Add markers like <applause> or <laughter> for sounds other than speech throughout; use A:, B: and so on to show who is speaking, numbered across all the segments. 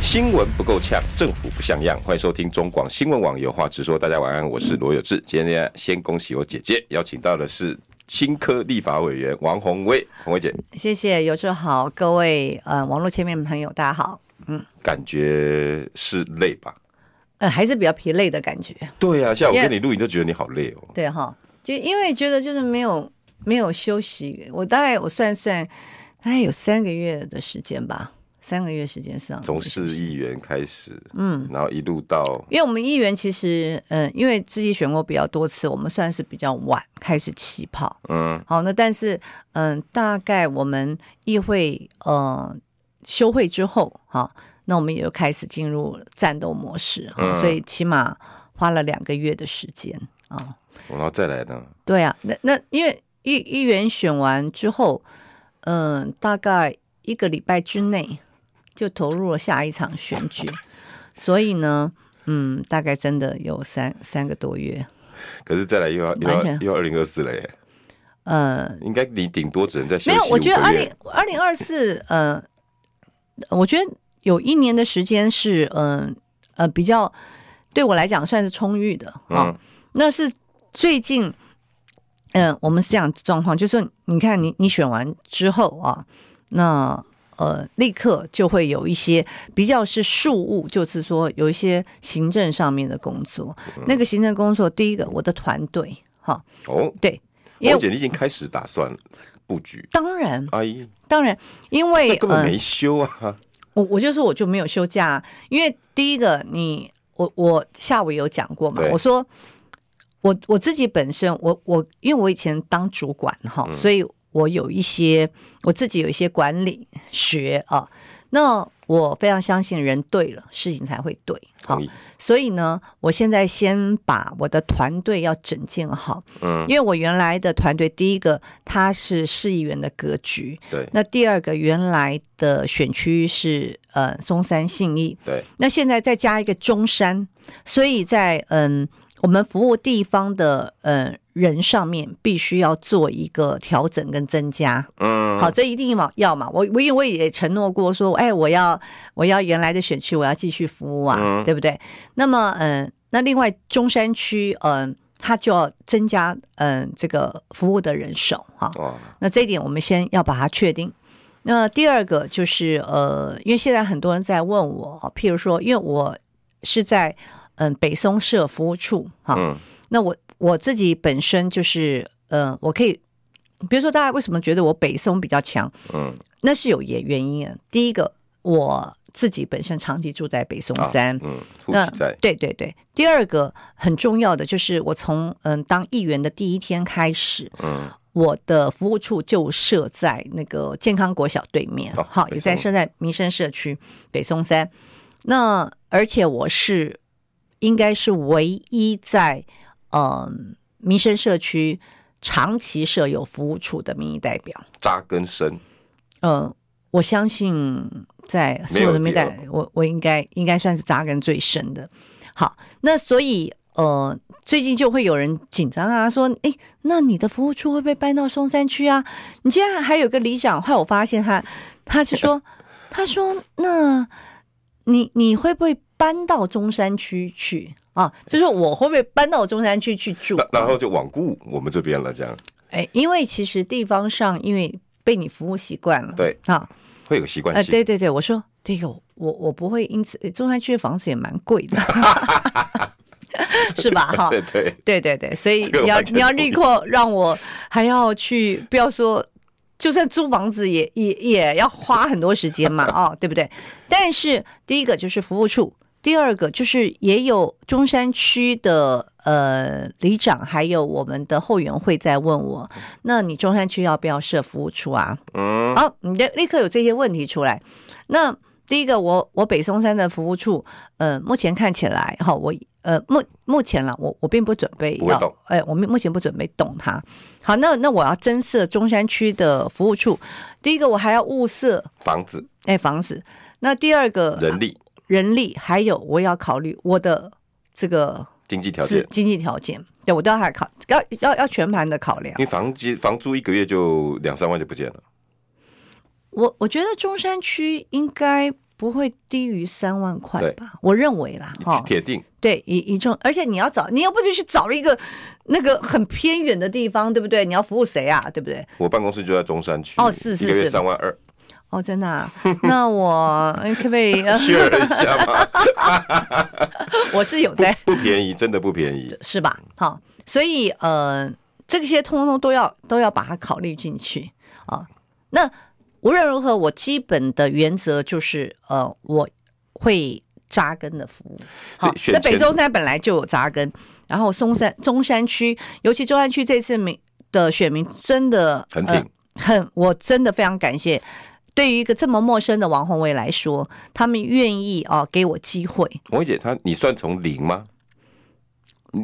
A: 新闻不够呛，政府不像样。欢迎收听中广新闻网有话直说。大家晚安，我是罗有志。今天先恭喜我姐姐，邀请到的是新科立法委员王宏威，宏威姐，
B: 谢谢有志好，各位呃网络前面的朋友，大家好。
A: 感觉是累吧？
B: 呃，还是比较疲累的感觉，
A: 对啊，下午
B: Yeah
A: 跟你录影都觉得你好累哦。
B: 对哈，就因为觉得就是没有没有休息，我大概我算算，大概有三个月的时间吧，三个月时间上
A: 从市议员开始，嗯，然后一路到
B: 因为我们议员其实，嗯，因为自己选过比较多次，我们算是比较晚开始起跑。
A: 嗯，
B: 好，那但是，嗯，大概我们议会，呃，休会之后，哈、那我们也就开始进入战斗模式，哈
A: 嗯
B: 所以起码花了两个月的时间啊、
A: 然后再来呢，
B: 对啊，那那因为议议员选完之后，嗯、大概一个礼拜之内就投入了下一场选举，所以呢，嗯，大概真的有三三个多月，
A: 可是再来又要又
B: 完
A: 要
B: 全
A: 又要二零二四了耶，
B: 呃，
A: 应该你顶多只能再休
B: 没
A: 息
B: 有，我觉得
A: 五个
B: 二
A: 月
B: 零二零二四，呃，我觉得有一年的时间是，嗯呃比较对我来讲算是充裕的啊、
A: 嗯
B: 那是最近，嗯、我们是这样的状况，就是说你看你你选完之后啊，那呃，立刻就会有一些比较是事务，就是说有一些行政上面的工作。
A: 嗯
B: 那个行政工作，第一个我的团队哈，
A: 哦，
B: 对，因
A: 我
B: 为
A: 姐你已经开始打算布局，
B: 当然
A: 哎，
B: 当然，因为
A: 那根本
B: 呃
A: 没休啊，
B: 我我就说我就没有休假，啊因为第一个你我我下午有讲过嘛
A: 对，
B: 我说我我自己本身我我因为我以前当主管哈，
A: 嗯
B: 所以我有一些我自己有一些管理学啊，那我非常相信人对了，事情才会对好
A: 同，意，
B: 所以呢，我现在先把我的团队要整建好，
A: 嗯，
B: 因为我原来的团队第一个它是市议员的格局，
A: 对
B: 那第二个，原来的选区是呃中山信义，
A: 对，
B: 那现在再加一个中山，所以在嗯我们服务地方的呃人上面，必须要做一个调整跟增加。
A: 嗯，
B: 好，这一定嘛要嘛，我我因为我也承诺过说，哎，我要我要原来的选区，我要继续服务啊，
A: 嗯
B: 对不对？那么，嗯、那另外中山区，嗯、它就要增加嗯、这个服务的人手哈。
A: 哇，
B: 那这一点我们先要把它确定。那第二个就是呃，因为现在很多人在问我，哦譬如说，因为我是在嗯、北松社服务处哈，
A: 嗯
B: 那我我自己本身就是呃，我可以，比如说大家为什么觉得我北松比较强，
A: 嗯，
B: 那是有原原因的。啊第一个，我自己本身长期住在北松
A: 啊
B: 山，
A: 嗯，复
B: 那
A: 习在，
B: 对对对，第二个很重要的就是我从嗯当议员的第一天开始，
A: 嗯，
B: 我的服务处就设在那个健康国小对面，
A: 哦
B: 好、
A: 北
B: 也在
A: 松
B: 设在民生社区北松山。那而且我是应该是唯一在嗯、民生社区长期设有服务处的民意代表。
A: 扎根深，
B: 呃，我相信在所
A: 没有
B: 有的
A: 第
B: 没
A: 二
B: 代，我我应该应该算是扎根最深的。好，那所以呃，最近就会有人紧张啊，说，诶，那你的服务处会不会搬到松山区啊？你竟然还有个里长，后来我发现他，他
A: <laughs>
B: 是说，他说，那你你会不会搬到中山区去啊？就是我会不会搬到中山区去住？
A: 那然后就罔顾我们这边了，这样
B: 哎，因为其实地方上，因为被你服务习惯了，
A: 对
B: 啊，
A: 会有个习惯
B: 呃，
A: 性，
B: 对对对，我说这个我我不会因此，呃中山区的房子也蛮贵的， <laughs> 是吧？哈，
A: 对对，
B: <laughs> 对对对，所以
A: 这个
B: 你要
A: 完全
B: 你要
A: 同意
B: 立刻让我还要去，不要说就算租房子也也也要花很多时间嘛，哦，对不对？但是第一个就是服务处，第二个就是也有中山区的呃里长，还有我们的后援会在问我，那你中山区要不要设服务处啊？
A: 嗯，
B: 好，你就立刻有这些问题出来。那第一个，我我北松山的服务处，呃，目前看起来哈、我呃目目前啦，我我并不准备
A: 不会
B: 要
A: 动，
B: 哎、我们目前不准备动它。好，那那我要增设中山区的服务处，第一个我还要物色
A: 房子、
B: 哎房子，那第二个
A: 人力、
B: 人力，还有我要考虑我的这个
A: 经济条件
B: 自，经济条件，对我都要还考要要要全盘的考量
A: 因。为房租房租一个月就两三万就不见了，
B: 我我觉得中山区应该不会低于三万块
A: 对
B: 吧，我认为啦，哈，
A: 铁定。
B: 对，一一中，而且你要找，你又不就去找了一个那个很偏远的地方，对不对？你要服务谁啊？对不对？
A: 我办公室就在中山区，
B: 哦是是
A: 一个月
B: 是
A: 三万二， <laughs>
B: 哦，真的、啊？那我 <laughs> 嗯可不可以？呃
A: 确认一下嘛，
B: 我是有在，
A: <laughs> 不便宜，真的不便宜。
B: 是吧？好，所以呃，这些通通都要都要把它考虑进去啊。那无论如何，我基本的原则就是呃，我会扎根的服务。好，
A: 选
B: 那北
A: 前
B: 中山本来就有扎根，然后松山中山区，尤其中山区这次民的选民真的
A: 很
B: 呃
A: 挺
B: 很，我真的非常感谢。对于一个这么陌生的王宏伟来说，他们愿意啊、给我机会，
A: 王慧姐，她你算从零吗？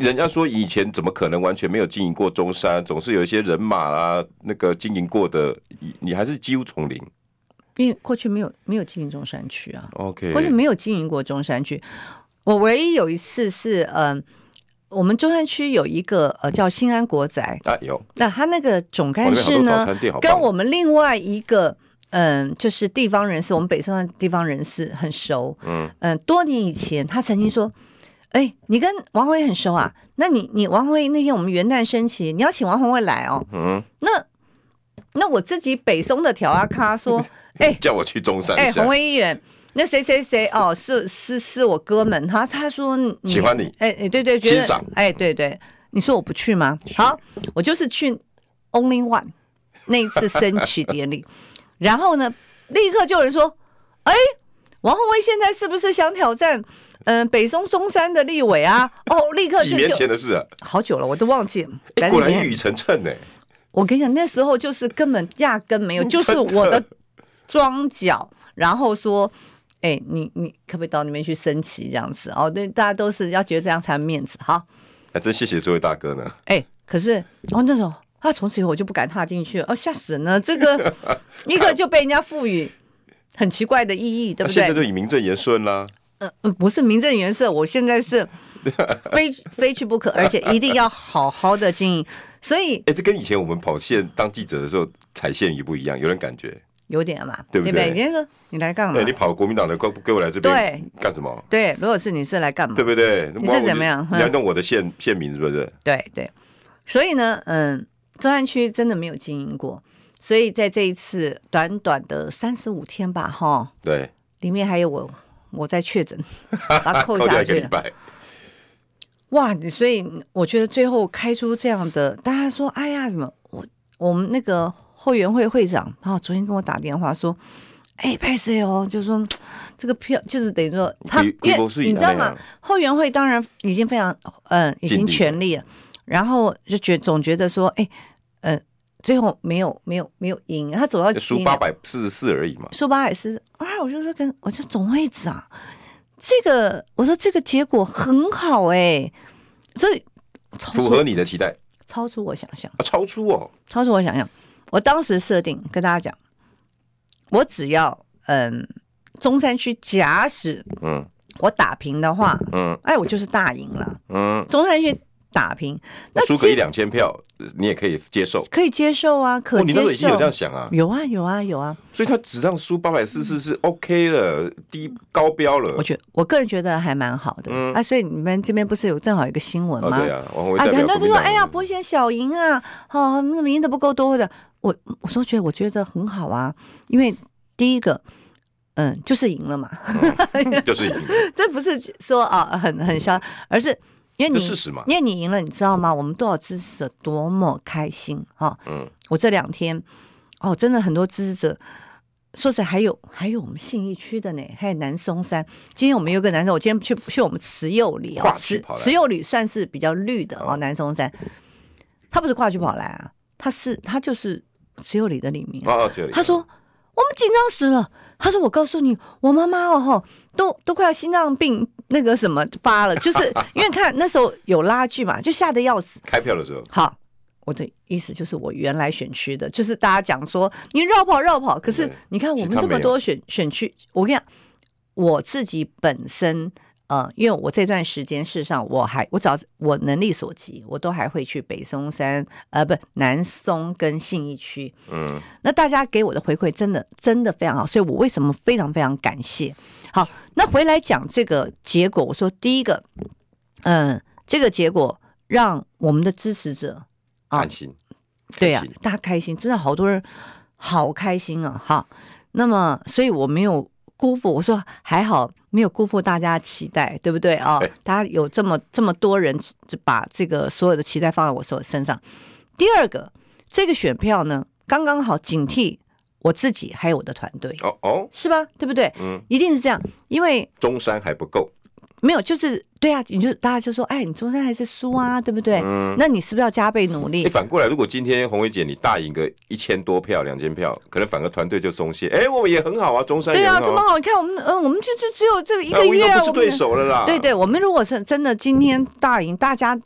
A: 人家说以前怎么可能完全没有经营过中山，总是有一些人马啊，那个经营过的，你你还是几乎从零。
B: 因为过去没有没有经营中山区啊，
A: OK，
B: 过去没有经营过中山区。我唯一有一次是，嗯、我们中山区有一个呃叫新安国宅，
A: 啊有，哇
B: 那它那个总
A: 哦那
B: 干
A: 边好
B: 事
A: 多早
B: 呢，
A: 餐店好棒
B: 跟我们另外一个嗯、就是地方人士，我们北宋的地方人士很熟，
A: 嗯
B: 嗯、多年以前他曾经说。哎，你跟王辉很熟啊？那你你王辉那天我们元旦升旗，你要请王宏伟来哦。
A: 嗯，
B: 那那我自己北松的调阿咖说，哎，
A: 叫我去中山
B: 哎、
A: 一下
B: 洪，威议员，那谁谁谁哦，是是是我哥们，他他说你
A: 喜欢你
B: 哎、哎对对，觉
A: 欣赏
B: 得哎、对对，你说我不去吗？好，我就是去 Only One 那一次升旗典礼， <laughs> 然后呢，立刻就有人说，哎、王宏威现在是不是想挑战？嗯、北松中山的立委啊，哦，立刻
A: 几
B: 就
A: 年
B: 就
A: 前的事啊，
B: 好久了，我都忘记了。
A: 哎
B: 反
A: 果
B: 正
A: 然
B: 也
A: 一语成谶呢。
B: 我跟你讲，那时候就是根本压根没有，
A: 嗯
B: 就是我的装脚，然后说，哎、你你可不可以到那边去升旗这样子？哦，对，大家都是要觉得这样才有面子。好，
A: 还哎真谢谢这位大哥呢。
B: 哎、可是哦那种，啊，从此以后我就不敢踏进去了，哦，吓死人了，
A: <laughs>
B: 这个一个就被人家赋予很奇怪的意义，
A: 那
B: 对不
A: 啊现在
B: 对？
A: 就以名正言顺啦，
B: 呃，呃不是名正言顺，我现
A: <laughs>
B: 在是非非去不可，而且一定要好好的经营，所以
A: 哎，这跟以前我们跑线当记者的时候踩线鱼不一样，有点感觉。
B: 有点嘛，
A: 对不
B: 不对？
A: 对
B: 人家说你来干嘛
A: 哎，？你跑国民党的，给给我来这边干什么？
B: 嗯对，如果是你是来干嘛
A: 对？不对？
B: 你是怎么样
A: 你要
B: 嗯
A: 弄我的县县民是不是？
B: 对对，所以呢，嗯，中山区真的没有经营过，所以在这一次短短的三十五天吧，哈，
A: 对，
B: 里面还有我我在确诊，把它
A: <laughs>
B: 扣
A: 扣掉
B: 下
A: 一个
B: 去
A: 礼
B: 了。
A: 拜，
B: 哇，你所以我觉得最后开出这样的，大家说，哎呀，怎么我我们那个后援会会长，然后昨天跟我打电话说。哎，拍谁哦？就说这个票，就是等于说他，
A: 规
B: 因
A: 规
B: 为
A: 模是哎一
B: 你知道
A: 样
B: 吗？后援会当然已经非常嗯，已
A: 尽
B: 经
A: 力
B: 全力了，然后就觉总觉得说，哎，呃，最后没有没有没有赢，他总要
A: 就输
B: 赢
A: 八百四十四而已嘛。
B: 输八百四啊，我就说跟我说总会长，这个我说这个结果很好哎、这超
A: 符
B: 出
A: 合你的期待
B: 超出我想象，
A: 啊，超出哦，
B: 超出我想象。我当时设定跟大家讲，我只要嗯中山区假使
A: 嗯
B: 我打平的话，
A: 嗯
B: 哎，我就是大赢了。
A: 嗯，
B: 中山区打平，那
A: 输个一
B: 其实
A: 两千票你也可以接受。
B: 可以接受啊，可
A: 哦，你
B: 接
A: 那时候已经
B: 受。
A: 有这样想啊，
B: 有啊，有啊，有啊！
A: 所以他只让输八百四四是 OK 的，低高标了
B: 我。觉我个人觉得还蛮好的、
A: 嗯
B: 啊，所以你们这边不是有正好有一个新闻
A: 哦，
B: 吗？
A: 对啊，王宏
B: 啊，
A: 代表
B: 很多人
A: 国
B: 就
A: 民
B: 说：“
A: 党嗯
B: 哎呀，伯贤小赢啊，哦，那么赢的不够多的。”我我说觉得我觉得很好啊，因为第一个，嗯，就是赢了嘛，
A: <laughs>
B: <laughs>
A: 就是赢，
B: 这不是说啊很很嚣，而是因为
A: 这
B: 你
A: 事实嘛。
B: 因为你赢了，你知道吗？我们多少支持者多么开心啊！哦 <laughs>
A: 嗯，
B: 我这两天哦，真的很多支持者，说实在还有还有我们信义区的呢，还有南松山。今天我们有个南松，我今天去去我们慈幼里哦
A: 跨，区
B: 慈
A: 跑来
B: 慈幼里算是比较绿的
A: 哦
B: 哦，南松山，他不是跨区跑来啊，他是他就是慈幼里的里面。
A: 哦，这里
B: 他说我们紧张死了。他说：“我告诉你，我妈妈哦，吼都都快要心脏病那个什么发了，就是 <laughs> 因为看那时候有拉锯嘛，就吓得要死。
A: 开票的时候，
B: 好，我的意思就是我原来选区的，就是大家讲说你绕跑绕跑，可是
A: 对
B: 你看我
A: 其
B: 们
A: 他
B: 这么
A: 没有
B: 多选选区，我跟你讲，我自己本身呃，因为我这段时间事实上我还我只要我能力所及，我都还会去北松山呃不南松跟信义区，
A: 嗯，
B: 那大家给我的回馈真的真的非常好，所以我为什么非常非常感谢。好，那回来讲这个结果，我说第一个，嗯，这个结果让我们的支持者，啊
A: 安心，
B: 对呀、
A: 开心
B: 大家开心，真的好多人好开心啊，哈。那么，所以我没有辜负，我说还好没有辜负大家的期待，对不对啊
A: 对？
B: 大家有这么这么多人把这个所有的期待放在我手身上。第二个，这个选票呢，刚刚好警惕我自己还有我的团队，
A: 哦哦，
B: 是吧？对不对？
A: 嗯，
B: 一定是这样，因为
A: 中山还不够，
B: 没有就是对啊，你就大家就说，哎，你中山还是输啊，对不对？
A: 嗯，
B: 那你是不是要加倍努
A: 你、
B: 力？
A: 反过来，如果今天红伟姐你大赢个一千多票、两千票，可能反而团队就松懈，哎、我们也很好啊，中山
B: 对
A: 也
B: 啊，
A: 很
B: 这
A: 好、
B: 么好，你看我们，嗯、我们就就只有这个一
A: 那
B: 个
A: 呃我们
B: 月
A: 都不
B: 啊，
A: 是
B: 我们
A: 对手了啦，
B: 对对，我们如果是真的今天大赢，大家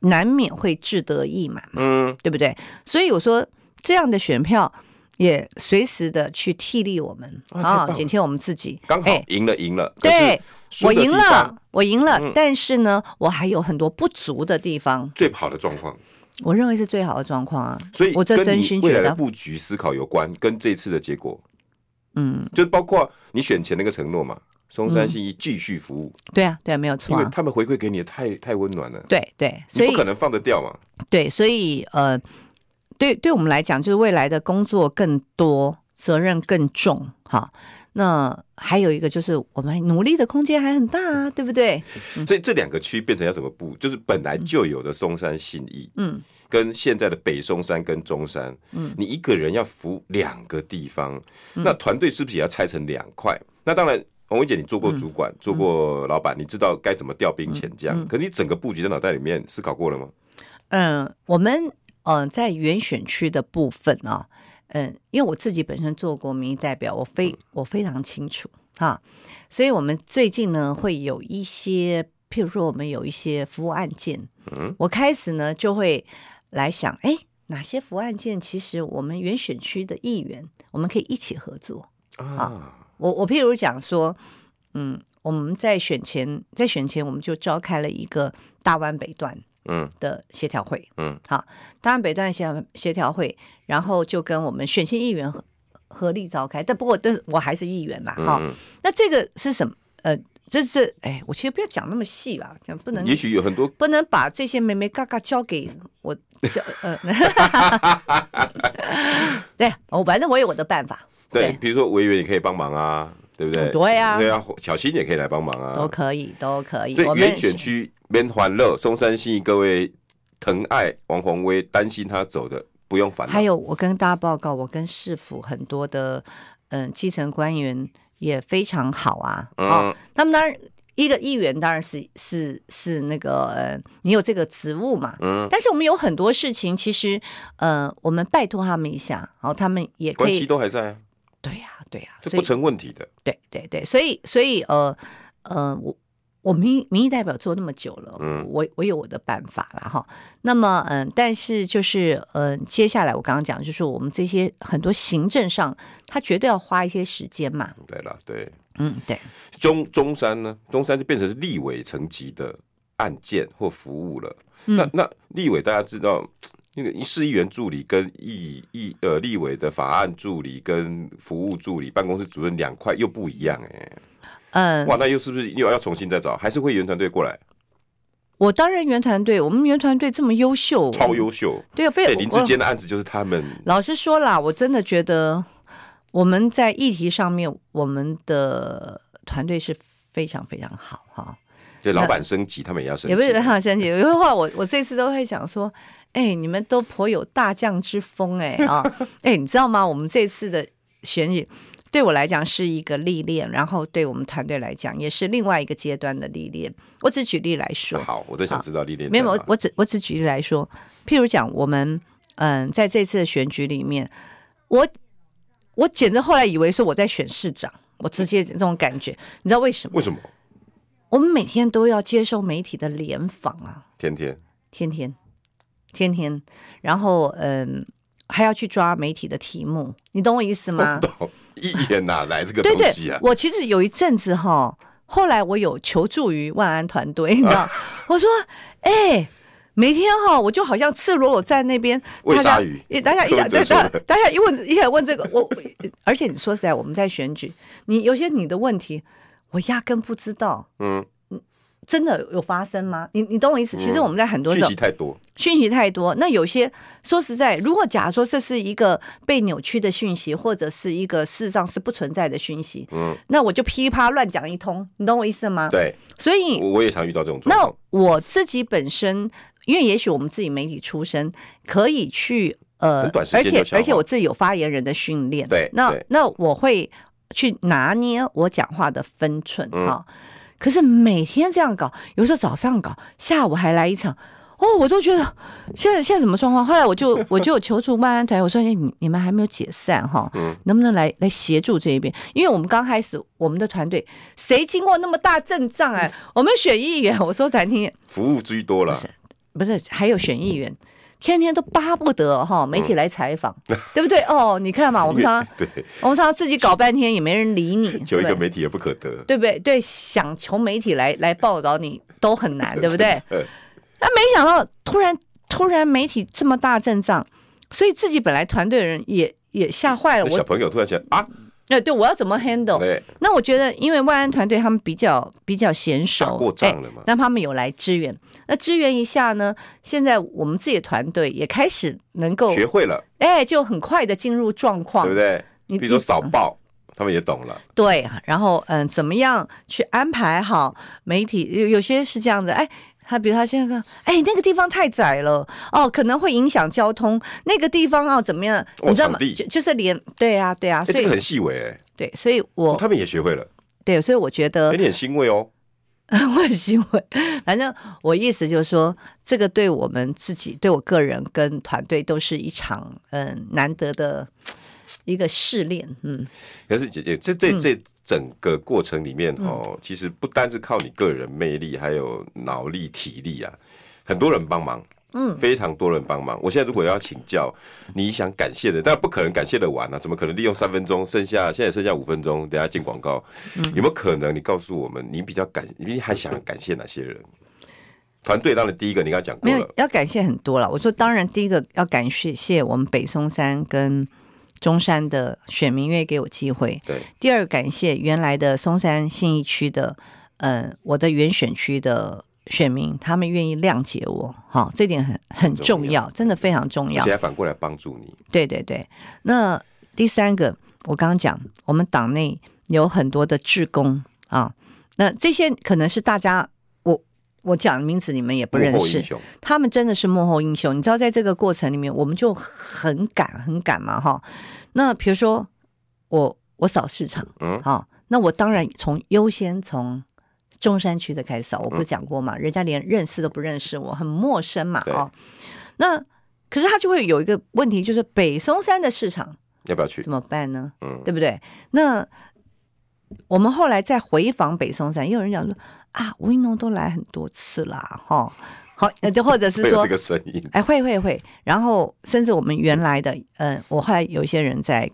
B: 难免会志得意满，
A: 嗯，
B: 对不对？所以我说这样的选票也随时的去替力我们
A: 啊太棒了
B: 减轻我们自己。
A: 刚好
B: 哎
A: 赢了，赢了，可是
B: 对
A: 输
B: 我
A: 的
B: 赢
A: 地方
B: 了，我赢了，
A: 嗯
B: 但是呢，我还有很多不足的地方，
A: 最好的状况，
B: 我认为是最好的状况啊。
A: 所以
B: 我这
A: 跟
B: 真
A: 你
B: 心
A: 未来
B: 觉
A: 的
B: 得
A: 布局思考有关，跟这次的结果，
B: 嗯，
A: 就是包括你选前那个承诺嘛，松山信义继续服务，
B: 对啊，对啊，没有错
A: 因为
B: 啊。
A: 他们回馈给你的太太温暖了，
B: 对对，所
A: 你
B: 以
A: 不可能放得掉嘛，
B: 对，所以呃，对对我们来讲，就是未来的工作更多，责任更重，哈。那还有一个就是，我们努力的空间还很大啊，对不对？
A: 所以这两个区变成要怎么布，就是本来就有的松山信义
B: 嗯，
A: 跟现在的北松山跟中山，
B: 嗯
A: 你一个人要服务两个地方，那团队是不是也要拆成两块？那当然。红薇姐，你做过主管，做过老板，你知道该怎么调兵遣将。
B: 嗯嗯嗯
A: 可你整个布局在脑袋里面思考过了吗？
B: 嗯，我们呃在原选区的部分啊，嗯，因为我自己本身做过民意代表，我非我非常清楚哈，所以我们最近呢会有一些，譬如说我们有一些服务案件，
A: 嗯，
B: 我开始呢就会来想，哎，哪些服务案件其实我们原选区的议员我们可以一起合作。
A: 啊，
B: 我我譬如讲说，嗯，我们在选前在选前我们就召开了一个大湾北段。
A: 嗯
B: 的协调会，
A: 嗯，
B: 好，当然北段协协调会，然后就跟我们选县议员合合力召开，但不过但是我还是议员啦，
A: 嗯
B: 哈、
A: 嗯
B: 那这个是什么？呃，这是哎，我其实不要讲那么细吧，讲不能
A: 也许有很多
B: 不能把这些妹妹嘎嘎交给
A: <laughs>
B: 我交呃， <laughs> 对，我反正我有我的办法，
A: 对
B: 对，
A: 比如说委员也可以帮忙啊，对不对？
B: 嗯对啊
A: 对啊，小新也可以来帮忙啊，
B: 都可以，都可以。
A: 所
B: 我
A: 以
B: 们
A: 原选区边环乐、松山信义各位疼爱王宏威，担心他走的不用烦恼。
B: 还有，我跟大家报告，我跟市府很多的嗯基层官员也非常好啊，
A: 嗯
B: 哦，他们当然一个议员当然是是是那个呃，你有这个职务嘛。
A: 嗯，
B: 但是我们有很多事情，其实，呃，我们拜托他们一下，然后他们也可
A: 关系
B: 以，
A: 都还在啊，
B: 对呀、对呀、
A: 这
B: 所以
A: 不成问题的。
B: 对对对，所以所以呃呃，我我民民意代表做那么久了，
A: 嗯
B: 我我有我的办法啦哈。那么嗯、但是就是嗯、接下来我刚刚讲，就是我们这些很多行政上，他绝对要花一些时间嘛。
A: 对了，对
B: 嗯，对，
A: 中中山呢，中山就变成是立委层级的案件或服务了。
B: 嗯
A: 那那立委大家知道。那个市议员助理跟议议呃立委的法案助理跟服务助理、办公室主任两块又不一样哎、
B: 嗯、
A: 哇，那又是不是又要重新再找？还是会员团队过来，
B: 我当然原团队，我们原团队这么优秀，
A: 超，优秀。
B: 嗯对啊，非
A: 对，
B: 我
A: 林志坚的案子就是他们，
B: 老实说啦，我真的觉得我们在议题上面，我们的团队是非常非常好哈。
A: 对老板升级，他们也要升级。
B: 也不是很好生气。有的话，我我这次都会想说，哎、你们都颇有大将之风、
A: <laughs>
B: 哎啊，哎、你知道吗？我们这次的选举。对我来讲是一个历练，然后对我们团队来讲也是另外一个阶段的历练。我只举例来说，
A: 好，我真想知道历练
B: 没
A: 在哪。
B: 有，我我只我只举例来呃说，譬如讲，我们嗯，在这次的选举里面，我我简直后来以为说我在选市长，我直接这种感觉，你知道为什么？
A: 为什么？
B: 我们每天都要接受媒体的联访啊，
A: 天天
B: 天天，天天，然后嗯，还要去抓媒体的题目，你懂我意思吗？
A: 懂一眼哪来这个
B: 对
A: 东
B: 对
A: 西啊，？
B: 我其实有一阵子哈，后来我有求助于万安团队，你知
A: 啊
B: 道， <laughs> 我说，哎、每天哈，我就好像赤裸裸在那边，
A: 喂
B: 大家
A: 鲨鱼
B: 一大家一
A: <laughs> 柯
B: 想，对
A: 文哲说
B: 大
A: 的
B: 大家一问一想问这个，我我而且你说实在，我们在选举，你有些你的问题，我压根不知道
A: 嗯，
B: 真的有发生吗？你你懂我意思？其实我们在很多
A: 哦
B: 时
A: 讯
B: 候
A: 息太多，
B: 讯息太多，那有些说实在，如果假如说这是一个被扭曲的讯息，或者是一个事实上是不存在的讯息，
A: 嗯，
B: 那我就噼里啪啦乱讲一通，你懂我意思吗？
A: 对，
B: 所以
A: 我我也常遇到这种状
B: 那
A: 况，
B: 我自己本身，因为也许我们自己媒体出身，可以去呃
A: 很短时，间
B: 而
A: 就
B: 且
A: 消化
B: 而且我自己有发言人的训练，
A: 对
B: 那
A: 对
B: 那我会去拿捏我讲话的分寸
A: 嗯
B: 啊、可是每天这样搞，有时候早上搞，下午还来一场。哦，我都觉得现在现在什么状况？后来
A: <laughs>
B: 我就我就求助万安团，我说：“哎，你你们还没有解散哈，
A: 嗯
B: 能不能来来协助这一边？因为我们刚开始我们的团队谁经过那么大阵仗
A: 嗯
B: 哎、我们选议员，我说难听点，
A: 服务居多了，
B: 不是还有选议员，天天都巴不得哈媒体来采访，对不对？哦，你看
A: <laughs>
B: 嘛，我们常常
A: 嗯对，
B: 我们常常自己搞半天也没人理你，
A: <laughs> 求一
B: 对不
A: 个
B: 对？
A: 媒体也不可得，
B: 对不对？对，想求媒体来来报道你都
A: <laughs>
B: 很难，啊对不对？
A: 真的？
B: 那没想到突然突然媒体这么大阵仗，所以自己本来团队的人也也吓坏了。
A: 那小
B: 我
A: 朋友突然想啊，
B: 哎，对我要怎么 handle？
A: 对，
B: 那我觉得，因为万安团队他们比较比较娴
A: 打
B: 熟，
A: 过
B: 哎
A: 仗了嘛，
B: 那他们有来支援，那支援一下呢？现在我们自己的团队也开始能够，
A: 学会了，
B: 哎，就很快的进入状况，
A: 对不对？
B: 你
A: 比如说
B: 你啊
A: 扫爆，他们也懂了，
B: 对，然后嗯，怎么样去安排好媒体？有有些是这样的，哎，他比如他现在看，哎，那个地方太窄了，哦，可能会影响交通，那个地方啊怎么样？
A: 哦
B: 你知道
A: 场？
B: 吗
A: 地
B: 就就是连对啊，对啊，
A: 哎，
B: 所
A: 这
B: 以、
A: 个很细微，哎，
B: 对，所以我呃
A: 他们也学会了，
B: 对，所以我觉得
A: 哎，你很欣慰哦，
B: <laughs> 我很欣慰。反正我意思就是说，这个对我们自己、对我个人跟团队都是一场嗯难得的一个试炼，嗯，
A: 可是姐姐，这这这整个过程里面
B: 嗯
A: 哦，其实不单是靠你个人魅力，还有脑力、体力啊，很多人帮忙，
B: 嗯，
A: 非常多人帮忙。我现在如果要请教你想感谢的，但不可能感谢的完啊，怎么可能利用三分钟？剩下现在剩下五分钟，等下进广告，
B: 嗯
A: 有没有可能你告诉我们，你比较感，你还想感谢哪些人？团队当然第一个你刚刚讲
B: 没
A: 过
B: 有
A: 了，
B: 要感谢很多了。我说，当然第一个要感谢谢我们北松山跟中山的选民，因为给我机会。
A: 对，
B: 第二，感谢原来的松山信义区的，呃，我的原选区的选民，他们愿意谅解我，好，这点很很
A: 重
B: 重
A: 要
B: 要，真的非常重
A: 而
B: 要
A: 且。还反过来帮助你，
B: 对对对，那第三个，我刚刚讲，我们党内有很多的志工啊，那这些可能是大家我我讲的名字你们也不认
A: 幕后
B: 识
A: 英，雄，
B: 他们真的是幕后英雄。你知道，在这个过程里面，我们就很赶很赶嘛哈。那比如说我我扫市场，
A: 嗯，
B: 好，那我当然从优先从中山区的开始扫，我不是讲过嘛，人家连认识都不认识我，很陌生嘛，
A: 对
B: 哦，那可是他就会有一个问题，就是北松山的市场
A: 要不要去
B: 怎？么办呢？
A: 嗯，
B: 对不对？那我们后来再回访北松山，也有人讲说啊，吴一农都来很多次啦，哈，好，呃就或者是
A: 会有
B: 说
A: 这。个声音，
B: 哎，会会会，然后甚至我们原来的，呃，我后来有一些人在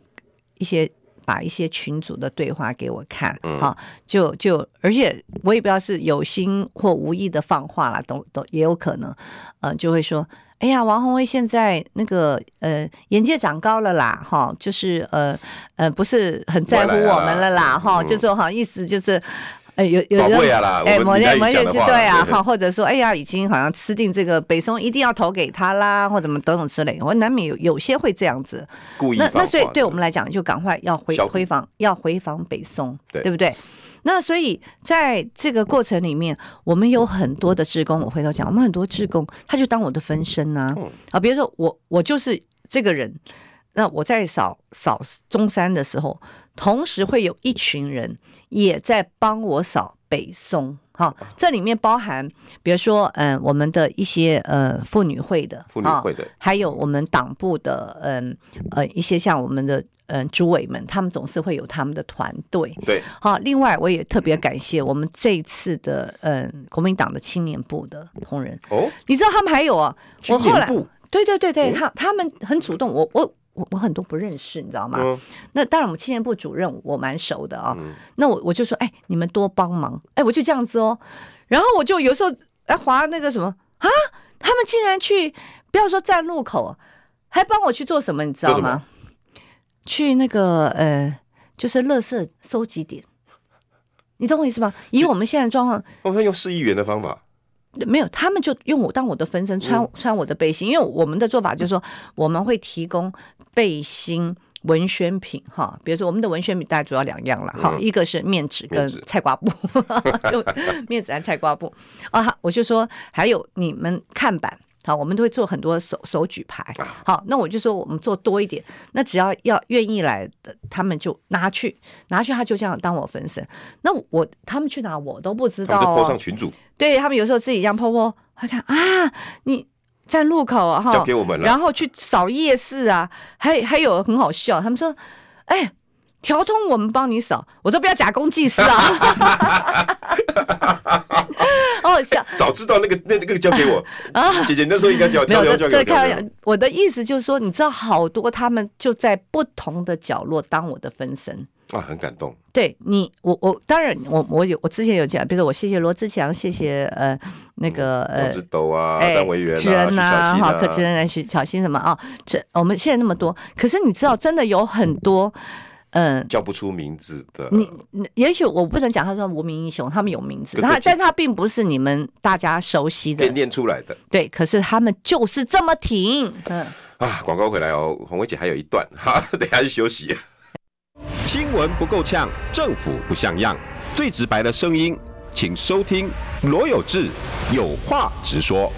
B: 一些把一些群组的对话给我看，
A: 嗯
B: 啊，就就，而且我也不知道是有心或无意的放话啦，都都也有可能，呃，就会说，哎呀，王宏威现在那个呃眼界长高了啦，哈，就是呃呃不是很在乎
A: 外来啊
B: 我们了啦，哈，
A: 嗯
B: 就说哈意思就是。呃，有有
A: 宝
B: 人
A: 贵啊啦，
B: 哎，
A: 我
B: 某
A: 们
B: 些
A: 人
B: 某些
A: 讲的话，
B: 对啊，
A: 对
B: 哈，或者说，哎呀，已经好像吃定这个北宋，一定要投给他啦，或怎么等等之类，我难免有有些会这样子。
A: 故意
B: 那
A: 放
B: 那所以
A: 话
B: 对
A: 的
B: 我们来讲，就赶快要回
A: 小股
B: 回访，要回访北宋，
A: 对
B: 不对？那所以在这个过程里面，我们有很多的职工，我回头讲，我们很多职工，他就当我的分身呐、啊，
A: 嗯
B: 比如说我我就是这个人，那我在扫扫中山的时候，同时会有一群人也在帮我扫北宋。好，这里面包含，比如说，嗯、我们的一些呃妇女会的
A: 妇女
B: 啊
A: 会的
B: 呃还有我们党部的，嗯呃一些像我们的呃主委们，他们总是会有他们的团队。 <laughs>
A: 对，
B: 好，另外我也特别感谢我们这一次的嗯国民党的青年部的同仁，
A: 哦，
B: 你知道他们还有啊，我后来
A: 青年部
B: 对对对对，
A: 哦
B: 他他们很主动，我我我我很多不认识，你知道吗？
A: 嗯
B: 那当然，我们青年部主任我蛮熟的啊、
A: 嗯
B: 那我我就说，哎，你们多帮忙，哎，我就这样子哦。然后我就有时候哎划那个什么啊，他们竟然去不要说站路口，还帮我去做什么，你知道
A: 做什
B: 吗
A: 么？
B: 去那个呃，就是垃圾收集点，你懂我意思吗？以我们现在的状况，
A: 哦，那用市议员的方法，
B: 没有，他们就用我当我的分身，穿
A: 嗯
B: 穿我的背心，因为我们的做法就是说，我们会提供背心。文宣品哈，比如说我们的文宣品大概主要两样了哈，
A: 嗯
B: 一个是面纸跟
A: 面纸
B: 菜瓜布，
A: <laughs>
B: 就面纸和菜瓜布啊，哈我就说还有你们看板好，我们都会做很多手手举牌
A: 啊
B: 好，那我就说我们做多一点，那只要要愿意来的，他们就拿去拿去，他就这样当我分身，那我他们去哪我都不知
A: 他
B: 道
A: 们就
B: 哦
A: 播，上群主，
B: 对他们有时候自己这样泼泼，会看啊，你在路口啊哈
A: 交，给我们了。
B: 然后去扫夜市啊，还还有很好笑，他们说，哎。调通，我们帮你扫。我说不要假公济私啊， <laughs> 好好哦笑
A: 早知道那个那那个交给我，
B: 啊！
A: 姐姐那时候应该交
B: 没
A: 交
B: 有，
A: 交交
B: 这
A: 给
B: 这
A: 我。交
B: 开玩
A: 给
B: 笑
A: 我。
B: 我的意思就是说，你知道好多他们就在不同的角落当我的分身。
A: 啊，很感动，
B: 对你，我我当然我我有我之前有讲，比如说我谢谢罗志祥，谢谢呃那个呃
A: 王志斗啊，
B: 哎，
A: 张维元啊，
B: 智
A: 徐小
B: 恩呐，
A: 溪
B: 哈，
A: 啊
B: 柯智恩啊，许小新什么啊？这我们现在那么多，可是你知道，真的有很多，嗯、
A: 叫不出名字的，
B: 你你也许我不能讲他说无名英雄，他们有名字，
A: 对对
B: 他
A: 对
B: 但是他并不是你们大家熟悉
A: 可以
B: 的，
A: 念出来的
B: 对，可是他们就是这么挺，嗯。
A: 啊。广告回来哦，红薇姐还有一段， <laughs> 哈，等一下去休息。新闻不够呛，政府不像样，最直白的声音，请收听罗有志有话直说。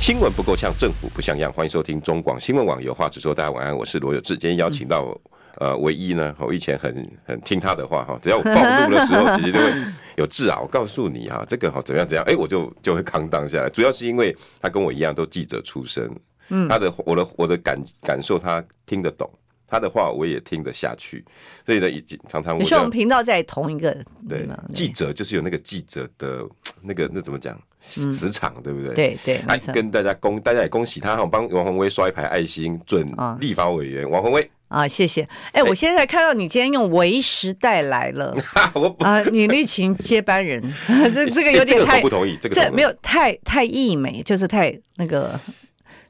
A: 新闻不够呛，政府不像样，欢迎收听中广新闻网有话直说。大家晚安，我是罗有志，今天邀请到。呃，唯一呢，我以前很很听他的话哈，只要我暴怒的时候，姐姐就会有志啊，我 <laughs> 告诉你哈、这个哈、怎么样怎么样，哎、我就就会扛当下来。主要是因为他跟我一样都记者出身，嗯，他的我的我的感感受他听得懂，他的话我也听得下去，所以呢，已经常常我
B: 你说我们
A: 就
B: 频道在同一个地
A: 对
B: 方，
A: 记者就是有那个记者的那个那怎么讲磁场，对不对？。
B: 对对，
A: 哎
B: 没，错
A: 跟大家恭，大家也恭喜他哈，帮王宏威刷一排爱心，准
B: 啊
A: 立法委员王宏威，
B: 啊，谢谢。哎，我现在看到你今天用“为时带来
A: <laughs>
B: 了
A: 我不
B: 啊，女力情接班人， <laughs> 这这个有
A: 哎这
B: 点
A: 个
B: 太
A: 同不同意，这个
B: 这
A: 同不
B: 没有太太溢美，就是太那个。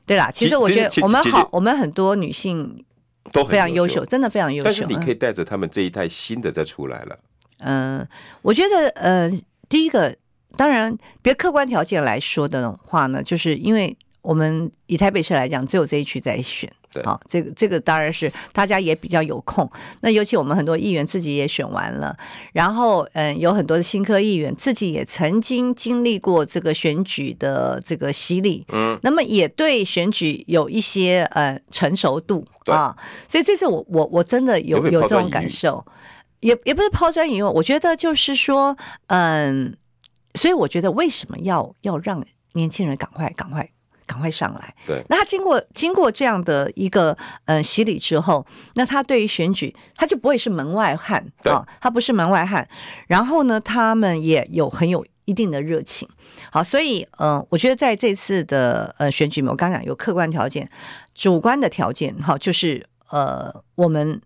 B: 对啦，其
A: 其
B: 实我
A: 其实
B: 觉
A: 其
B: 得我们
A: 其实
B: 好，我们很多女性
A: 都很
B: 非常优秀，，真的非常优秀。啊
A: 但是你可以带着他们这一代新的再出来了，
B: 嗯，呃我觉得呃，第一个当然，别客观条件来说的话呢，就是因为我们以台北市来讲，只有这一区在选。
A: 对
B: 好、这个这个当然是大家也比较有空。那尤其我们很多议员自己也选完了，然后嗯，有很多的新科议员自己也曾经经历过这个选举的这个洗礼，
A: 嗯，
B: 那么也对选举有一些呃成熟度
A: 对
B: 啊，所以这次我我我真的
A: 有
B: 有
A: 没有
B: 有
A: 抛
B: 这
A: 砖
B: 种
A: 引
B: 感
A: 玉
B: 受，也也不是抛砖引玉，我觉得就是说，嗯，所以我觉得为什么要要让年轻人赶快赶快赶快上来？
A: 对，
B: 那他经过经过这样的一个呃洗礼之后，那他对于选举他就不会是门外汉
A: 对
B: 啊、他不是门外汉。然后呢，他们也有很有一定的热情。好，所以呃，我觉得在这次的呃选举里面，我刚讲有客观条件，主观的条件，好，就是呃我们。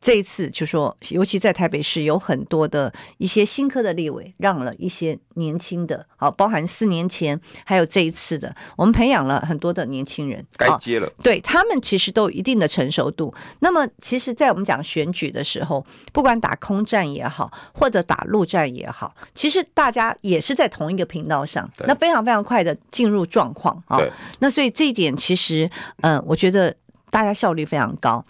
B: 这一次就说，尤其在台北市有很多的一些新科的立委，让了一些年轻的，好，包含四年前还有这一次的，我们培养了很多的年轻人，
A: 该
B: 好
A: 接了，
B: 对他们其实都有一定的成熟度。那么，其实，在我们讲选举的时候，不管打空战也好，或者打陆战也好，其实大家也是在同一个频道上
A: 对，
B: 那非常非常快的进入状况啊
A: 对。
B: 那所以这一点，其实，嗯、我觉得大家效率非常高。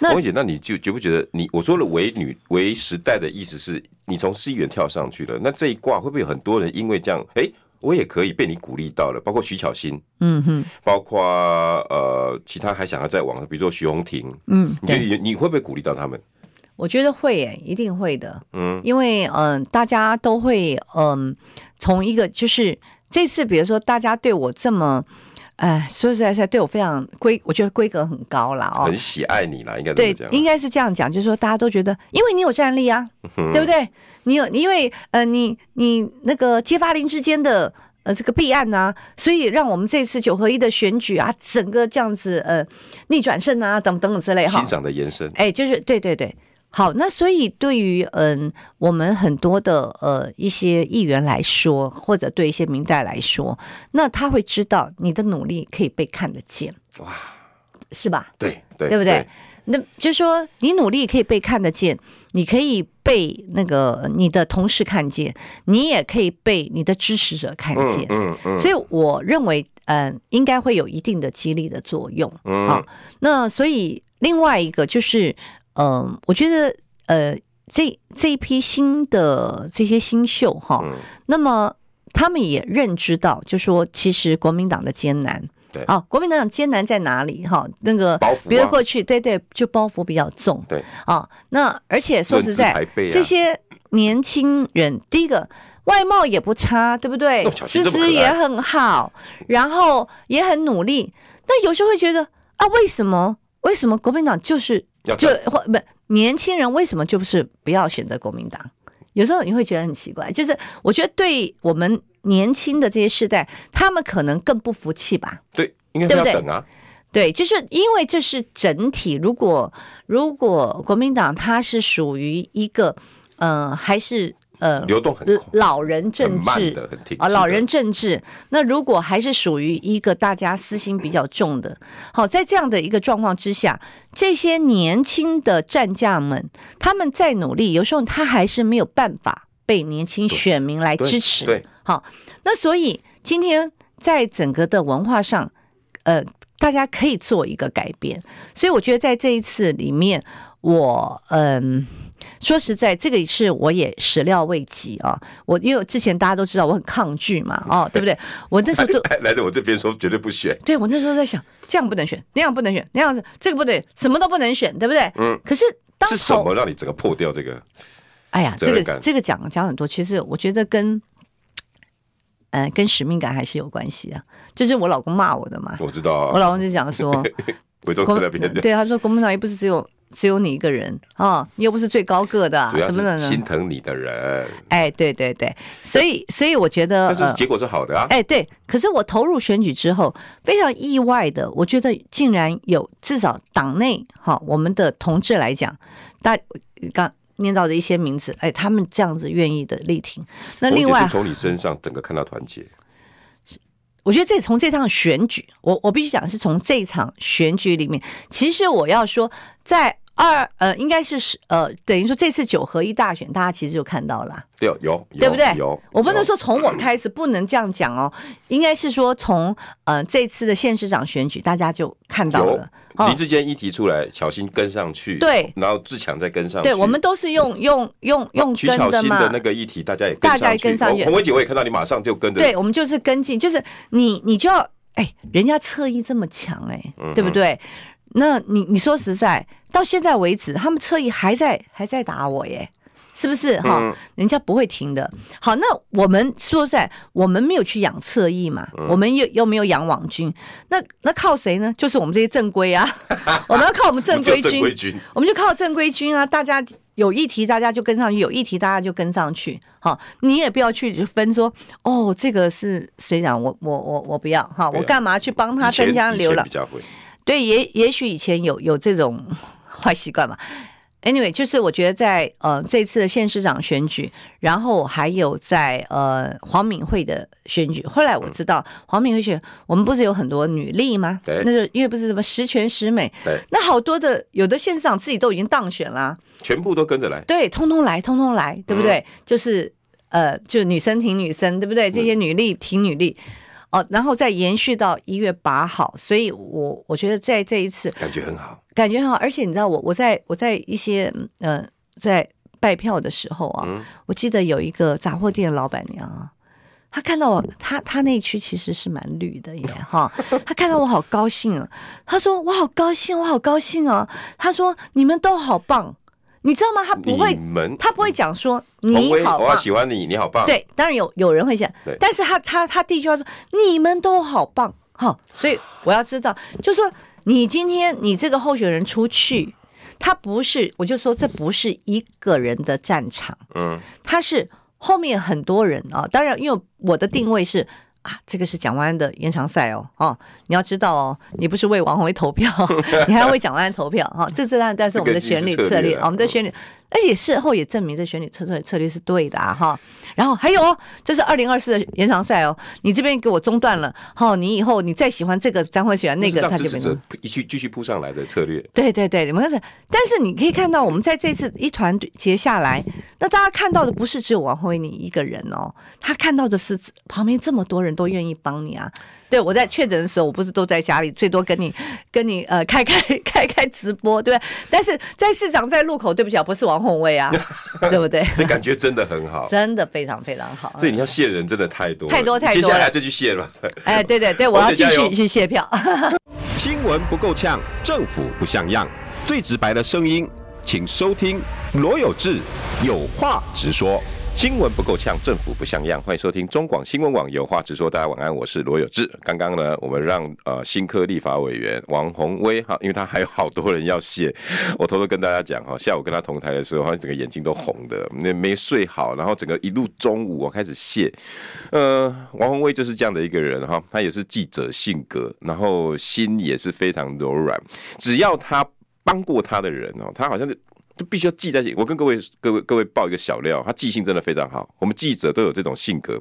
B: 那
A: 王慧姐，那你就觉不觉得你我说了为女为时代的意思是你从市议员跳上去了，那这一卦会不会有很多人因为这样，哎、我也可以被你鼓励到了，包括徐巧芯，
B: 嗯哼，
A: 包括呃其他还想要再往，比如说徐宏庭，
B: 嗯，
A: 你觉得
B: 对，
A: 你你会不会鼓励到他们？
B: 我觉得会诶，一定会的。
A: 嗯，
B: 因为嗯、大家都会嗯、从一个就是这次，比如说大家对我这么哎，说实在是对我非常规，我觉得规格很高啦哦
A: 很。喜爱你啦，应该这么
B: 对
A: 讲，啊。
B: 应该是这样讲，就是说大家都觉得，因为你有战力啊，
A: 嗯
B: 对不对？你有，你因为呃，你你那个揭发林之间的呃这个弊案呐、所以让我们这次九合一的选举啊，整个这样子呃逆转胜啊，等等等之类哈
A: 欣。赏的延伸，
B: 哎，就是对对对，好，那所以对于嗯我们很多的呃一些议员来说，或者对一些明代来说，那他会知道你的努力可以被看得见，
A: 哇，
B: 是吧？
A: 对对，
B: 对不对？那就是说，你努力可以被看得见，你可以被那个你的同事看见，你也可以被你的支持者看见。
A: 嗯嗯
B: 所以我认为，嗯、应该会有一定的激励的作用。
A: 嗯
B: 好，那所以另外一个就是，嗯、我觉得，呃，这这一批新的这些新秀哈，
A: 嗯
B: 那么他们也认知到，就说其实国民党的艰难，
A: 对
B: 啊，国民党艰难在哪里？哈，那个
A: 包袱啊
B: 比如过去，对对，就包袱比较重，
A: 对
B: 啊，那而且说实在，
A: 论资排辈啊
B: 这些年轻人，第一个。外貌也不差，对不对
A: 这么？小气
B: 资
A: 这么可
B: 质
A: 爱
B: 也很好，然后也很努力。那有时候会觉得啊，为什么？为什么国民党就是
A: 要
B: 就
A: 这
B: 或不年轻人为什么就是不要选择国民党？有时候你会觉得很奇怪，就是我觉得对我们年轻的这些世代，他们可能更不服气吧。
A: 对，应该
B: 对
A: 要
B: 不对
A: 等啊，
B: 对，就是因为这是整体。如果如果国民党它是属于一个，呃，还是呃
A: 流动很快，
B: 老人
A: 很
B: 政
A: 慢
B: 治
A: 的，很挺
B: 啊，
A: 直
B: 老
A: 的
B: 人政治。那如果还是属于一个大家私心比较重的，好，在这样的一个状况之下，这些年轻的战将们，他们再努力，有时候他还是没有办法被年轻选民来
A: 对
B: 支持。
A: 对，
B: 好，那所以今天在整个的文化上，呃，大家可以做一个改变。所以我觉得在这一次里面，我嗯。说实在，这个也是我也始料未及啊！我因为之前大家都知道我很抗拒嘛，
A: <laughs>
B: 哦，对不对？我那时候都 <laughs>
A: 来来到我这边说绝对不选，
B: 对我那时候在想，这样不能选，那样不能选，那样子这个不对，什么都不能选，对不对？
A: 嗯。
B: 可是当
A: 是什
B: 头，
A: 么让你整个破掉这个？
B: 哎呀，
A: 责
B: 这
A: 任
B: 个
A: 感
B: 这个讲讲很多，其实我觉得跟，呃，跟使命感还是有关系啊。就是我老公骂我的嘛，
A: 我知道
B: 我
A: 啊，
B: 老公就讲
A: <laughs>
B: 说，
A: 回头
B: 国
A: 客那边的，
B: 对他说，国民党又不是只有只有你一个人啊、你又不是最高个的、啊
A: 主，要
B: 什么的
A: 是心
B: 呢？
A: 疼你的人，
B: 哎，对对对，所以所以我觉得，
A: 但是
B: 呃
A: 结果是好的啊。
B: 哎，对，可是我投入选举之后，非常意外的，我觉得竟然有至少党内哈，我们的同志来讲，大刚念到的一些名字，哎，他们这样子愿意的力挺。那
A: 我
B: 另
A: 姐
B: 外
A: 是，从你身上整个看到团结，
B: 我觉得这从这场选举，我我必须讲是从这场选举里面，其实我要说，在二呃，应该是十呃，等于说这次九合一大选，大家其实就看到了啊、
A: 对，有有，
B: 对不对
A: 有，
B: 我不能
A: 有
B: 说从我开始，不能这样讲哦，应该是说从呃这次的县市长选举，大家就看到了。
A: 有
B: 哦
A: 林志坚一提出来，小新跟上去，
B: 对
A: 然后志强再跟上去，
B: 对，我们都是用用用用
A: 徐
B: 跟
A: 巧
B: 的
A: 芯
B: 嘛
A: 的那，个议题，大家也
B: 大
A: 跟
B: 家
A: 上
B: 也
A: 去。哦
B: 跟上去
A: 我洪文姐我也看到你马上就跟着，
B: 对，我们就是跟进，就是你你就要哎，人家侧翼这么强哎、
A: 嗯哼
B: 对不对？那你你说实在，到现在为止，他们侧翼还在还在打我耶，是不是哈？
A: 嗯
B: 人家不会停的。好，那我们说实在，我们没有去养侧翼嘛，我们又又没有养网军，那那靠谁呢？就是我们这些正规啊， <laughs> 我们要靠我们正
A: 不叫
B: 规
A: 正
B: 军
A: 规，军，
B: 我们就靠正规军啊，大家有议题大家就跟上去，有议题大家就跟上去。好，你也不要去分说哦，这个是谁讲，我我我我不要哈，
A: 对啊
B: 我干嘛去帮他
A: 以前
B: 增加流
A: 以前
B: 浪
A: 比？较会，
B: 对，也也许以前有有这种 <laughs> 坏习惯嘛。Anyway，就是我觉得在呃这次的县市长选举，然后还有在呃黄敏惠的选举，后来
A: 嗯
B: 我知道黄敏惠选，我们不是有很多女力吗？
A: 对
B: 那就因为不是什么十全十美
A: 对，
B: 那好多的有的县市长自己都已经当选啦、
A: 全部都跟着来。
B: 对，通通来，通通来，对
A: 嗯
B: 不对？就是呃，就女生挺女生，对不对？这
A: 嗯
B: 些女力挺女力，哦、然后再延续到一月八号，所以我我觉得在这一次
A: 感觉很好，
B: 感觉很好，而且你知道我我在我在一些嗯、呃、在拜票的时候啊，
A: 嗯
B: 我记得有一个杂货店的老板娘啊。她看到我，她她那一区其实是蛮绿的耶哈。她看到我好高兴啊，她说我好高兴，我好高兴啊。她说你们都好棒，你知道吗？她不会
A: 你们
B: 他不会讲说
A: 洪
B: 你
A: 威，
B: 好
A: 我要
B: 棒，
A: 喜欢你，你好棒，，
B: 对，当然有有人会讲
A: 对，
B: 但是他他他第一句话说你们都好棒，好，所以我要知道，就说你今天你这个候选人出去，他不是，我就说这不是一个人的战场，
A: 嗯，
B: 他是后面很多人啊、当然，因为我的定位是。啊，这个是蒋万安的延长赛哦，哦，你要知道哦，你不是为王宏威投
A: <laughs>
B: 票，你还要为蒋万安投票哈、这这当然是我们
A: <laughs>
B: 的
A: 这个已
B: 选
A: 经
B: 举
A: 是
B: 策
A: 策
B: 略，
A: 略嗯了
B: 啊我们的选举，而且事后也证明这选举策略策略是对的啊哈、然后还有哦，这是二零二四的延长赛哦，你这边给我中断了，好、你以后你再喜欢这个，张惠喜欢那个，
A: 让
B: 他
A: 支
B: 就
A: 持
B: 没
A: 者继续继续扑上来的策略。
B: 对对对，我们开始，但是你可以看到，我们在这次一团结下来，那大家看到的不是只有王慧妮一个人哦，他看到的是旁边这么多人都愿意帮你啊。对我在确诊的时候，我不是都在家里，最多跟你跟你呃 <laughs> 开开开开直播，对不对？但是在市长在路口，对不起啊，不是王宏威啊，对不对？
A: 这感觉真的很 <laughs> 好。
B: <laughs> 真的非常非常好。
A: 对，你要谢人真的太多了，
B: 太多太多
A: 接下
B: 了
A: 来这就谢了。
B: 哎，对对对，我
A: 我
B: 要
A: 得
B: 继
A: 加油
B: 续去卸票。
A: 新闻不够呛，政府不像样，最直白的声音，请收听罗有志有话直说。新闻不够呛，政府不像样，欢迎收听中广新闻网有话直说。大家晚安，我是罗有志。刚刚呢，我们让呃新科立法委员王宏威哈，因为他还有好多人要谢，我偷偷跟大家讲哈，下午跟他同台的时候，他整个眼睛都红的，没没睡好，然后整个一路中午我开始谢，呃，王宏威就是这样的一个人哈，他也是记者性格，然后心也是非常柔软。只要他帮过他的人哦，他好像就就必须要记在心。我跟各位各位各位爆一个小料，他记性真的非常好。我们记者都有这种性格。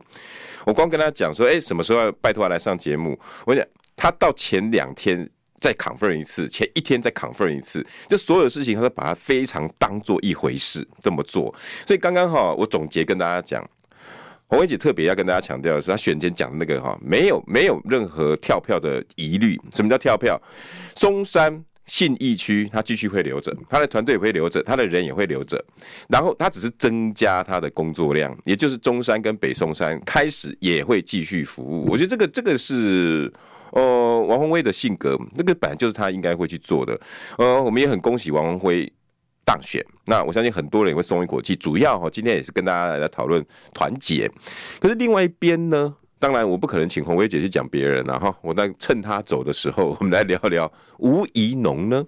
A: 我光跟他讲说，哎、什么时候要拜托他来上节目？我讲他到前两天。再 confirm 一次，前一天再 confirm 一次，就所有事情他都把它非常当做一回事这么做。所以刚刚哈，我总结跟大家讲，红薇姐特别要跟大家强调的是，她选前讲的那个哈，没有没有任何跳票的疑虑。什么叫跳票？松山信义区，他继续会留着，他的团队也会留着，他的人也会留着，然后他只是增加他的工作量，也就是中山跟北松山开始也会继续服务。我觉得这个这个是。呃，王宏威的性格，那个本来就是他应该会去做的。呃，我们也很恭喜王宏辉当选。那我相信很多人也会松一口气。主要哈，今天也是跟大家来讨论团结。可是另外一边呢，当然我不可能请红薇姐去讲别人了、啊、哈。我那趁她走的时候，我们来聊聊吴怡农呢。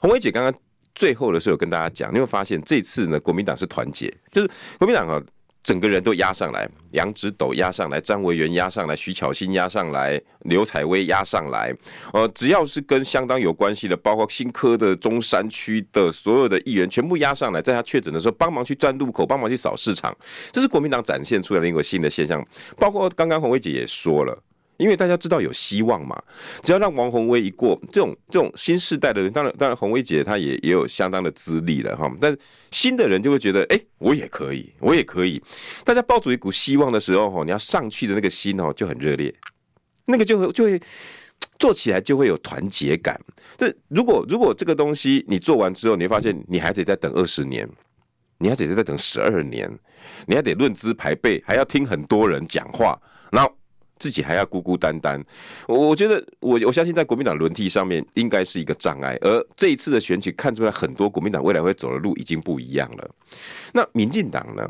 A: 红薇姐刚刚最后的时候有跟大家讲，你会发现这次呢，国民党是团结，就是国民党啊。整个人都压上来，杨植斗压上来，张维元压上来，徐巧芯压上来，刘彩薇压上来，呃，只要是跟相当有关系的，包括新科的中山区的所有的议员，全部压上来，在他确诊的时候，帮忙去站路口，帮忙去扫市场，这是国民党展现出来的一个新的现象。包括刚刚洪薇姐也说了。因为大家知道有希望嘛，只要让王宏威一过，这种这种新世代的人，当然当然洪薇姐她也也有相当的资历了哈，但是新的人就会觉得，哎、我也可以，我也可以。大家抱住一股希望的时候，哈，你要上去的那个心哦就很热烈，那个就会就会做起来就会有团结感。这如果如果这个东西你做完之后，你会发现你还得再等二十年，你还得再等十二年，你还得论资排辈，还要听很多人讲话，然后自己还要孤孤单单。我我觉得我我相信在国民党轮替上面应该是一个障碍，而这一次的选举看出来很多国民党未来会走的路已经不一样了。那民进党呢？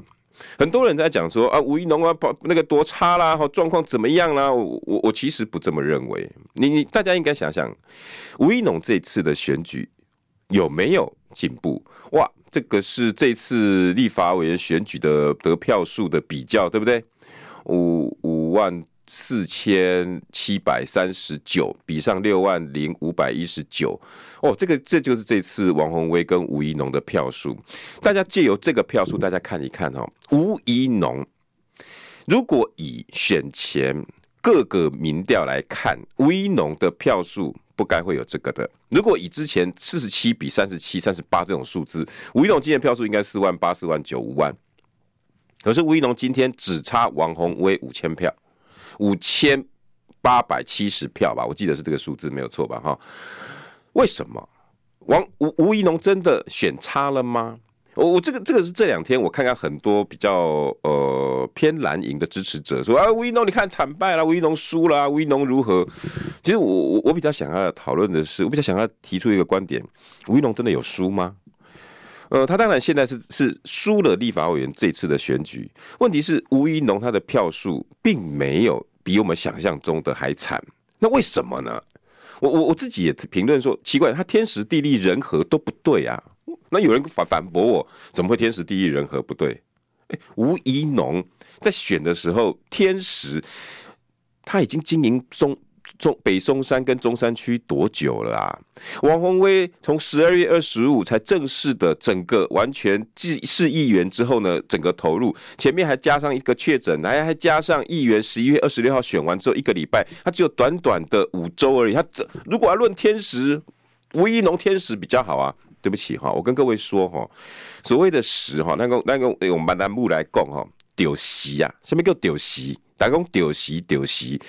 A: 很多人在讲说啊，吴一农啊，跑那个多差啦，哈，状况怎么样啦？我我我其实不这么认为。你你大家应该想想，吴一农这次的选举有没有进步？哇，这个是这次立法委员选举的得票数的比较，对不对？五五万四千七百三十九，比上六万零五百一十九。哦，这个这就是这次王宏威跟吴怡农的票数。大家借由这个票数，大家看一看哦，吴怡农如果以选前各个民调来看，吴怡农的票数。不该会有这个的。如果以之前四十七比三十七、三十八这种数字，吴一农今天票数应该四万八、四万九、五万，可是吴一农今天只差王宏威五千票，五千八百七十票吧，我记得是这个数字没有错吧？哈，为什么王吴吴一农真的选差了吗？我我这个这个是这两天我看看很多比较呃偏蓝营的支持者说啊吴一农你看惨败了，吴一农输了啊，吴一农如何？其实我我我比较想要讨论的是，我比较想要提出一个观点：吴一农真的有输吗？呃，他当然现在是是输了立法委员这次的选举，问题是吴怡农他的票数并没有比我们想象中的还惨。那为什么呢？我我我自己也评论说，奇怪，他天时地利人和都不对啊。那有人反反驳我，怎么会天时地利人和不对？哎，吴怡农在选的时候，天时他已经经营中中北松山跟中山区多久了啊？王宏威从十二月二十五才正式的整个完全继市议员之后呢，整个投入，前面还加上一个确诊，还还加上议员十一月二十六号选完之后一个礼拜，他只有短短的五周而已。他这如果要论天时，吴一农天时比较好啊。对不起哈，我跟各位说哈，所谓的时哈，那个那个我们啊栏目来讲哈，丢席呀，什么叫丢席？打工丢席，丢席。